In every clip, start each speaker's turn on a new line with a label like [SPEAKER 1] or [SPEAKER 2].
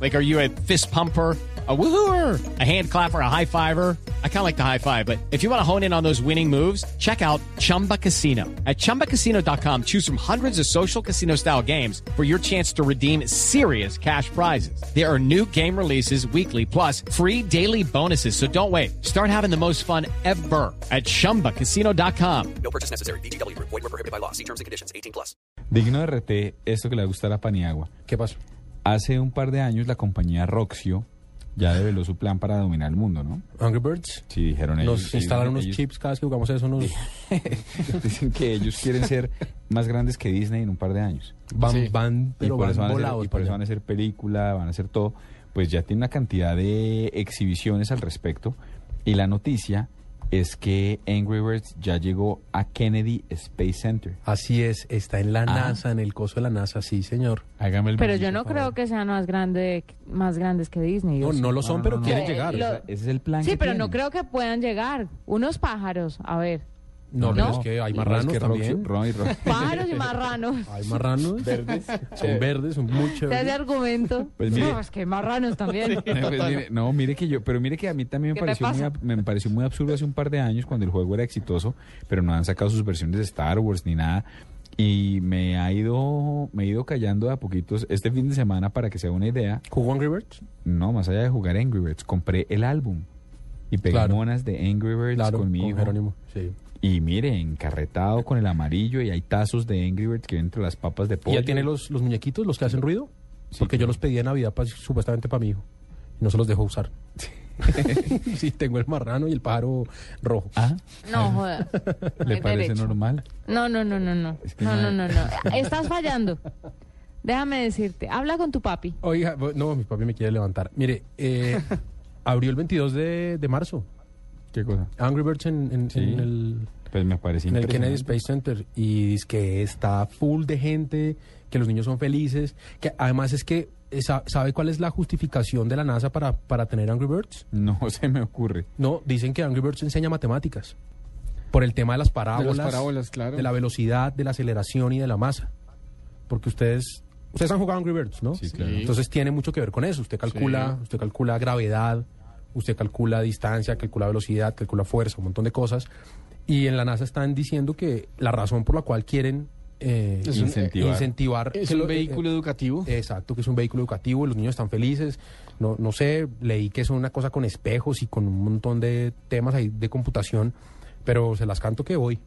[SPEAKER 1] Like, are you a fist pumper? A woohooer, a hand clapper, a high fiver. I kind of like the high five, but if you want to hone in on those winning moves, check out Chumba Casino. At chumbacasino.com, choose from hundreds of social casino style games for your chance to redeem serious cash prizes. There are new game releases weekly, plus free daily bonuses. So don't wait. Start having the most fun ever at chumbacasino.com.
[SPEAKER 2] No purchase necessary. BGW. Void were prohibited by law. See terms and conditions. 18 plus.
[SPEAKER 3] Digno de RT, esto que le gusta a la Paniagua.
[SPEAKER 4] ¿Qué pasó?
[SPEAKER 3] Hace un par de años la compañía Roxio ya develó su plan para dominar el mundo, ¿no?
[SPEAKER 4] Angry Birds.
[SPEAKER 3] Sí, dijeron ellos.
[SPEAKER 4] Nos instalan
[SPEAKER 3] ellos-
[SPEAKER 4] unos
[SPEAKER 3] ellos
[SPEAKER 4] chips cada vez que jugamos eso. Nos...
[SPEAKER 3] Dicen que ellos quieren ser más grandes que Disney en un par de años.
[SPEAKER 4] Van, van,
[SPEAKER 3] y
[SPEAKER 4] pero
[SPEAKER 3] por,
[SPEAKER 4] van
[SPEAKER 3] eso van, a hacer,
[SPEAKER 4] volados.
[SPEAKER 3] y por eso
[SPEAKER 4] para
[SPEAKER 3] van
[SPEAKER 4] allá.
[SPEAKER 3] a hacer película, van a hacer todo. Pues ya tiene una cantidad de exhibiciones al respecto. Y la noticia es que Angry Birds ya llegó a Kennedy Space Center.
[SPEAKER 4] Así es, está en
[SPEAKER 3] Ah.
[SPEAKER 4] la NASA, en el coso de la NASA, sí, señor.
[SPEAKER 3] Hágame el
[SPEAKER 5] Pero yo no creo que sean más, grande, más grandes que Disney. o
[SPEAKER 4] No,
[SPEAKER 5] sea.
[SPEAKER 4] no lo son, pero quieren
[SPEAKER 5] no.
[SPEAKER 4] llegar.
[SPEAKER 5] Lo-
[SPEAKER 3] Ese es el plan.
[SPEAKER 5] sí,
[SPEAKER 3] que
[SPEAKER 5] pero no
[SPEAKER 3] eh, tienen.
[SPEAKER 5] creo que puedan llegar. Unos pájaros, a ver.
[SPEAKER 4] No,
[SPEAKER 5] no.
[SPEAKER 4] pero es que hay
[SPEAKER 3] No, es
[SPEAKER 4] marranos
[SPEAKER 3] Pues que Roxio-
[SPEAKER 4] también.
[SPEAKER 3] Ron y Roxio-
[SPEAKER 5] Pájaros y marranos.
[SPEAKER 4] Hay marranos. verdes. Son verdes, son muy
[SPEAKER 5] ¿Te hace
[SPEAKER 4] chéveres.
[SPEAKER 5] argumento?
[SPEAKER 3] Pues mire.
[SPEAKER 5] No, es que marranos también.
[SPEAKER 3] No, pues mire, no, mire que yo, pero mire que a mí también me
[SPEAKER 5] ¿Qué te
[SPEAKER 3] pareció, muy,
[SPEAKER 5] pasa?
[SPEAKER 3] ab- me pareció muy absurdo hace un par de años cuando el juego era exitoso, pero no han sacado sus versiones de Star Wars ni nada. Y me ha ido, me he ido callando de a poquitos este fin de semana para que sea una idea.
[SPEAKER 4] ¿Jugó Angry Birds?
[SPEAKER 3] No, más allá de jugar Angry Birds, compré el álbum y pegué
[SPEAKER 4] Claro.
[SPEAKER 3] monas de Angry Birds
[SPEAKER 4] Claro,
[SPEAKER 3] con mi hijo.
[SPEAKER 4] Jerónimo. Sí.
[SPEAKER 3] Y mire, encarretado con el amarillo y hay tazos de Angry Birds que ven entre las papas de
[SPEAKER 4] ¿Y
[SPEAKER 3] pollo.
[SPEAKER 4] ya tiene los, los muñequitos, los que hacen ruido? Porque yo los pedí en Navidad pa- supuestamente para mi hijo. Y no se los dejó usar. sí, tengo el marrano y el pájaro rojo.
[SPEAKER 3] Ah,
[SPEAKER 5] No, joda.
[SPEAKER 3] ¿le
[SPEAKER 5] Hay
[SPEAKER 3] parece
[SPEAKER 5] derecho.
[SPEAKER 3] normal?
[SPEAKER 5] No, no, no, no, no.
[SPEAKER 3] Es que
[SPEAKER 5] No,
[SPEAKER 3] no
[SPEAKER 5] no,
[SPEAKER 3] hay-
[SPEAKER 5] no, no. Estás fallando. Déjame decirte. Habla con tu papi.
[SPEAKER 4] Oiga, bo- no, mi papi me quiere levantar. Mire, eh, abrió el 22 de, de marzo
[SPEAKER 3] ¿Qué cosa?
[SPEAKER 4] Angry Birds en, en-
[SPEAKER 3] Sí.
[SPEAKER 4] en el,
[SPEAKER 3] Pues me parece
[SPEAKER 4] en el Kennedy
[SPEAKER 3] impresionante.
[SPEAKER 4] Space Center y dice que está full de gente, que los niños son felices, que además es que eh, sa- sabe cuál es la justificación de la NASA para, para tener Angry Birds.
[SPEAKER 3] No se me ocurre.
[SPEAKER 4] No, dicen que Angry Birds enseña matemáticas por el tema de las parábolas,
[SPEAKER 6] parábolas, claro.
[SPEAKER 4] de la velocidad, de la aceleración y de la masa. Porque ustedes ustedes han jugado Angry Birds, ¿no?
[SPEAKER 3] Sí, claro. Sí.
[SPEAKER 4] Entonces tiene mucho que ver con eso. Usted calcula, usted calcula gravedad, usted calcula distancia, calcula velocidad, calcula fuerza, un montón de cosas. Y en la NASA están diciendo que la razón por la cual quieren eh,
[SPEAKER 6] Es
[SPEAKER 4] in-
[SPEAKER 6] un-
[SPEAKER 4] incentivar,
[SPEAKER 6] Es
[SPEAKER 4] que
[SPEAKER 6] un
[SPEAKER 4] lo- eh,
[SPEAKER 6] vehículo educativo.
[SPEAKER 4] Exacto, que es un vehículo educativo, los niños están felices. No, no sé, leí que es una cosa con espejos y con un montón de temas ahí de computación, pero se las canto que voy.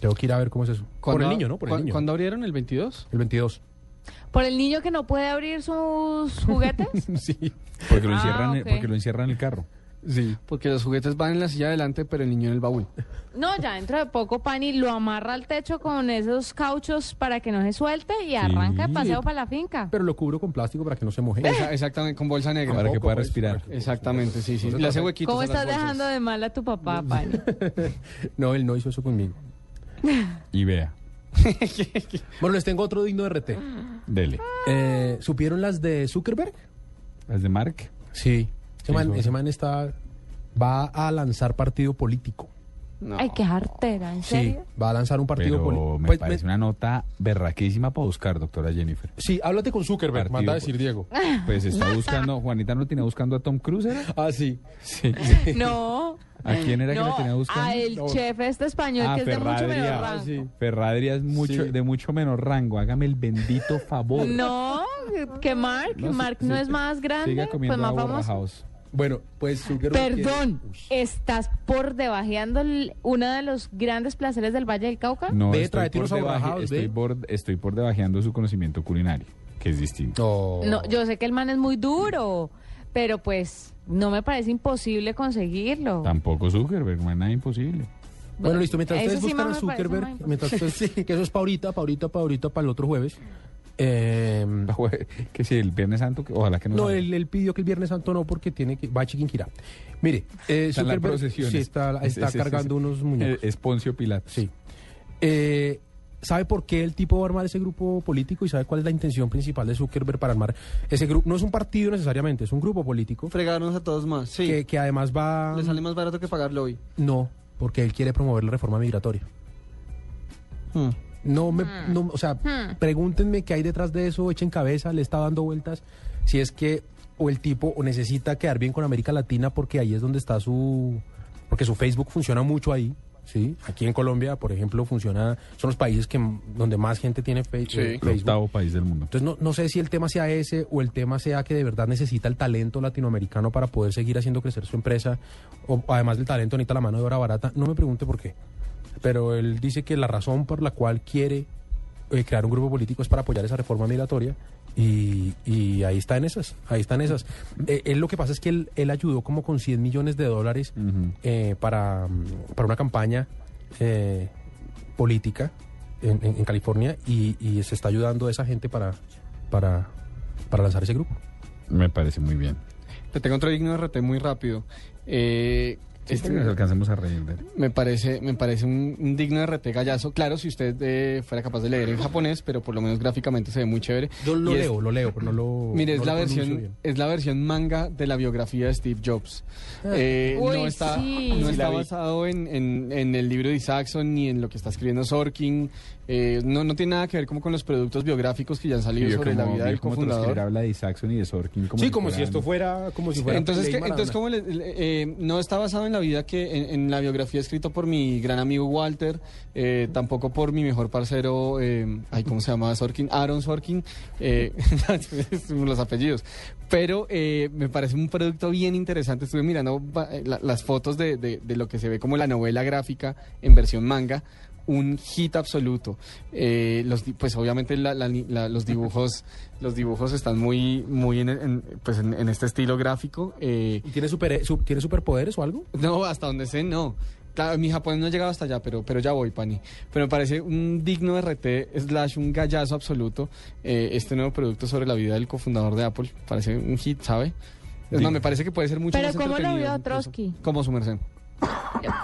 [SPEAKER 4] Tengo que ir a ver cómo es eso. Por el
[SPEAKER 6] ¿Cuándo-
[SPEAKER 4] niño, ¿no? Por el
[SPEAKER 6] cuán-
[SPEAKER 4] niño.
[SPEAKER 6] ¿Cuándo abrieron el 22?
[SPEAKER 4] El 22.
[SPEAKER 5] ¿Por el niño que no puede abrir sus juguetes?
[SPEAKER 4] sí.
[SPEAKER 3] Porque lo,
[SPEAKER 5] Ah,
[SPEAKER 3] encierran,
[SPEAKER 5] ok.
[SPEAKER 3] porque lo encierran en el carro.
[SPEAKER 6] Sí. Porque los juguetes van en la silla adelante, pero el niño en el baúl.
[SPEAKER 5] No, ya dentro de poco Pani lo amarra al techo con esos cauchos para que no se suelte y arranca de paseo para la finca.
[SPEAKER 4] Pero lo cubro con plástico para que no se moje.
[SPEAKER 6] Esa- exactamente, con bolsa negra.
[SPEAKER 3] Para que
[SPEAKER 4] poco,
[SPEAKER 3] pueda
[SPEAKER 4] pues,
[SPEAKER 3] respirar.
[SPEAKER 4] para
[SPEAKER 6] Exactamente, sí, sí.
[SPEAKER 4] Entonces,
[SPEAKER 6] Le hace
[SPEAKER 4] ¿cómo
[SPEAKER 6] huequitos.
[SPEAKER 5] ¿Cómo
[SPEAKER 6] a las
[SPEAKER 5] estás
[SPEAKER 6] bolsas.
[SPEAKER 5] dejando de mal a tu papá, Pani?
[SPEAKER 4] No, él no hizo eso conmigo.
[SPEAKER 3] Y vea,
[SPEAKER 4] Bueno, les tengo otro digno de RT.
[SPEAKER 3] dele.
[SPEAKER 4] Eh, ¿Supieron las de Zuckerberg?
[SPEAKER 3] Las de Mark.
[SPEAKER 4] Sí. Ese man,
[SPEAKER 3] sobre.
[SPEAKER 4] ese man está, va a lanzar partido político.
[SPEAKER 6] No.
[SPEAKER 5] Ay, qué jartera, ¿en
[SPEAKER 4] Sí,
[SPEAKER 5] serio?
[SPEAKER 4] va a lanzar un partido
[SPEAKER 3] Pero
[SPEAKER 4] político.
[SPEAKER 3] me
[SPEAKER 4] Pues,
[SPEAKER 3] parece una nota berraquísima para buscar, doctora Jennifer.
[SPEAKER 4] Sí, háblate con Zuckerberg,
[SPEAKER 3] Partido
[SPEAKER 4] manda a
[SPEAKER 3] político.
[SPEAKER 4] decir Diego.
[SPEAKER 3] Pues está buscando, Juanita no tenía buscando a Tom Cruise, ¿era?
[SPEAKER 4] Ah, sí.
[SPEAKER 3] Sí.
[SPEAKER 5] No.
[SPEAKER 3] ¿A quién era que
[SPEAKER 5] no,
[SPEAKER 3] la tenía buscando?
[SPEAKER 5] A el
[SPEAKER 3] No.
[SPEAKER 5] chef este español
[SPEAKER 3] Ah,
[SPEAKER 5] que es de mucho
[SPEAKER 3] Ferradria.
[SPEAKER 5] menor rango.
[SPEAKER 6] sí.
[SPEAKER 3] Ferradria es mucho,
[SPEAKER 6] Sí.
[SPEAKER 3] de mucho menos rango. Hágame el bendito favor.
[SPEAKER 5] No, que Mark,
[SPEAKER 3] No, sí,
[SPEAKER 5] Mark no
[SPEAKER 3] sí.
[SPEAKER 5] es más grande,
[SPEAKER 3] Siga
[SPEAKER 5] pues
[SPEAKER 3] comiendo
[SPEAKER 5] más
[SPEAKER 3] agua
[SPEAKER 5] famoso.
[SPEAKER 3] House.
[SPEAKER 4] Bueno, pues Zuckerberg. quiere-
[SPEAKER 5] Perdón,
[SPEAKER 4] Uy.
[SPEAKER 5] ¿estás por debajeando el- uno de los grandes placeres del Valle del Cauca?
[SPEAKER 3] No,
[SPEAKER 4] Ve,
[SPEAKER 3] estoy,
[SPEAKER 4] trae
[SPEAKER 3] por
[SPEAKER 4] tiros
[SPEAKER 3] debaje,
[SPEAKER 4] abrajados,
[SPEAKER 3] estoy,
[SPEAKER 4] ve.
[SPEAKER 3] por, estoy por debajeando su conocimiento culinario, que es distinto.
[SPEAKER 4] No.
[SPEAKER 5] No, yo sé que el man es muy duro, pero pues no me parece imposible conseguirlo.
[SPEAKER 3] Tampoco Zuckerberg, no es nada imposible.
[SPEAKER 4] Bueno, listo, mientras
[SPEAKER 5] Eso
[SPEAKER 4] ustedes
[SPEAKER 5] sí,
[SPEAKER 4] buscan a
[SPEAKER 5] más me parece
[SPEAKER 4] Zuckerberg,
[SPEAKER 5] más
[SPEAKER 4] mientras ustedes- que eso es pa' ahorita, pa' ahorita, pa' ahorita, para el otro jueves. eh,
[SPEAKER 5] Em,
[SPEAKER 3] que si el Viernes Santo, que- ojalá que no.
[SPEAKER 4] no,
[SPEAKER 3] salga.
[SPEAKER 4] él, él pidió que el Viernes Santo no, porque tiene que. Va a Chiquinquirá. Mire, eh,
[SPEAKER 3] Están las
[SPEAKER 4] Zuckerberg
[SPEAKER 3] procesiones.
[SPEAKER 4] sí, está,
[SPEAKER 3] Es-
[SPEAKER 4] está
[SPEAKER 3] es- es-
[SPEAKER 4] cargando
[SPEAKER 3] es-
[SPEAKER 4] unos muñecos.
[SPEAKER 3] Es, Eh, es Poncio Pilato.
[SPEAKER 4] Sí. Eh, ¿Sabe por qué el tipo va a armar ese grupo político y sabe cuál es la intención principal de Zuckerberg para armar ese grupo? No es un partido necesariamente, es un grupo político
[SPEAKER 6] Fregarnos a todos más. Sí.
[SPEAKER 4] que, que además va...
[SPEAKER 6] Le sale más barato que pagarlo hoy.
[SPEAKER 4] No, porque él quiere promover la reforma migratoria.
[SPEAKER 6] Hmm.
[SPEAKER 4] No me, no, o sea, pregúntenme qué hay detrás de eso, echen cabeza, le está dando vueltas, si es que o el tipo o necesita quedar bien con América Latina porque ahí es donde está su, porque su Facebook funciona mucho ahí, sí. Aquí en Colombia, por ejemplo, funciona, son los países que m- donde más gente tiene fe-
[SPEAKER 6] Sí.
[SPEAKER 4] eh,
[SPEAKER 3] El
[SPEAKER 4] Facebook.
[SPEAKER 3] octavo país del mundo.
[SPEAKER 4] Entonces no, no sé si el tema sea ese o el tema sea que de verdad necesita el talento latinoamericano para poder seguir haciendo crecer su empresa o además del talento necesita la mano de obra barata. No me pregunte por qué, pero él dice que la razón por la cual quiere eh, crear un grupo político es para apoyar esa reforma migratoria y, y ahí está en esas, ahí están esas. Eh, él lo que pasa es que él, él ayudó como con 100 millones de dólares eh, para, mm, para una campaña eh, política en, en- en California y, y se está ayudando a esa gente para, para, para lanzar ese grupo.
[SPEAKER 3] Me parece muy bien.
[SPEAKER 6] Te tengo otro digno RT muy rápido. Eh,
[SPEAKER 3] Este que nos alcancemos a reír de él.
[SPEAKER 6] Me parece, me parece un, un digno RT gallazo. Claro, si usted eh, fuera capaz de leer en japonés, pero por lo menos gráficamente se ve muy chévere.
[SPEAKER 4] Yo lo
[SPEAKER 6] Y es-
[SPEAKER 4] leo, lo leo, pero no lo.
[SPEAKER 6] Mire,
[SPEAKER 4] no
[SPEAKER 6] es
[SPEAKER 4] lo
[SPEAKER 6] la
[SPEAKER 4] pronuncio
[SPEAKER 6] versión,
[SPEAKER 4] bien.
[SPEAKER 6] es la versión manga de la biografía de Steve Jobs. Eh,
[SPEAKER 5] Ah. Uy,
[SPEAKER 6] no está,
[SPEAKER 5] sí.
[SPEAKER 6] no
[SPEAKER 5] Sí,
[SPEAKER 6] está
[SPEAKER 1] la vi.
[SPEAKER 6] basado en, en- en el libro de Isaacson ni en lo que está escribiendo Sorkin. Eh, no, no tiene nada que ver como con los productos biográficos que ya han salido
[SPEAKER 3] Vio
[SPEAKER 6] sobre
[SPEAKER 3] como-
[SPEAKER 6] la vida
[SPEAKER 3] vio
[SPEAKER 6] del
[SPEAKER 3] como
[SPEAKER 6] cofundador.
[SPEAKER 3] Trotsky habla de Saxon y de Sorkin.
[SPEAKER 4] sí, como si
[SPEAKER 3] fueran-
[SPEAKER 4] esto fuera. Como si fuera
[SPEAKER 6] Entonces,
[SPEAKER 4] Pelé y
[SPEAKER 6] ¿qué-
[SPEAKER 4] Maradona.
[SPEAKER 6] entonces ¿cómo le- le- eh, no está basado en la vida que en, en la biografía escrita por mi gran amigo Walter, eh, tampoco por mi mejor parcero, eh, ay, ¿cómo se llama? Sorkin, Aaron Sorkin, eh, los apellidos. Pero eh, me parece un producto bien interesante. Estuve mirando va- eh, la- las fotos de, de- de lo que se ve como la novela gráfica en versión manga. Un hit absoluto. Eh, los, di- pues obviamente la- la- la- los dibujos los dibujos están muy, muy en, en- pues en, en este estilo gráfico. eh,
[SPEAKER 4] ¿Y tiene, super, su- ¿Tiene superpoderes o algo?
[SPEAKER 6] no, hasta donde sé, no. Claro, mi japonés no ha llegado hasta allá, pero, pero ya voy, Pani. Pero me parece un digno RT slash un gallazo absoluto eh, este nuevo producto sobre la vida del cofundador de Apple. Parece un hit, ¿sabe? Es más, me parece que puede ser mucho
[SPEAKER 5] Pero
[SPEAKER 6] más
[SPEAKER 5] ¿cómo lo vio
[SPEAKER 6] entretenido, incluso.
[SPEAKER 5] Trotsky?
[SPEAKER 6] Como su merced.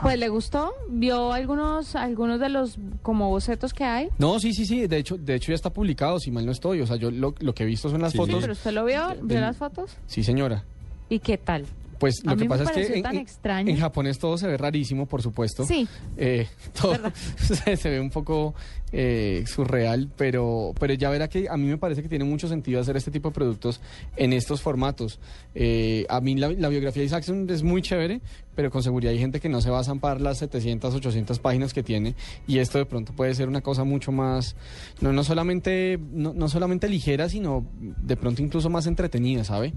[SPEAKER 5] Pues le gustó, vio algunos, algunos de los como bocetos que hay.
[SPEAKER 6] No, sí, sí, sí. De hecho, de hecho ya está publicado, si mal no estoy. O sea, yo lo, lo que he visto son las
[SPEAKER 3] Sí.
[SPEAKER 5] Sí,
[SPEAKER 6] fotos.
[SPEAKER 5] pero usted lo vio, vio
[SPEAKER 6] del-
[SPEAKER 5] las fotos.
[SPEAKER 6] Sí, señora.
[SPEAKER 5] ¿Y qué tal?
[SPEAKER 6] Pues
[SPEAKER 5] A
[SPEAKER 6] lo
[SPEAKER 5] mí
[SPEAKER 6] que
[SPEAKER 5] me
[SPEAKER 6] pasa es
[SPEAKER 5] pareció
[SPEAKER 6] que en,
[SPEAKER 5] tan
[SPEAKER 6] en-
[SPEAKER 5] extraño.
[SPEAKER 6] en japonés todo se ve rarísimo, por supuesto.
[SPEAKER 5] Sí,
[SPEAKER 6] Eh, todo
[SPEAKER 5] ¿Verdad?
[SPEAKER 6] se, se ve un poco eh, surreal, pero, pero ya verá que a mí me parece que tiene mucho sentido hacer este tipo de productos en estos formatos. Eh, a mí la, la biografía de Isaacson es muy chévere, pero con seguridad hay gente que no se va a zampar las 700, 800 páginas que tiene y esto de pronto puede ser una cosa mucho más, no, no, solamente, no, no solamente ligera, sino de pronto incluso más entretenida, ¿sabe?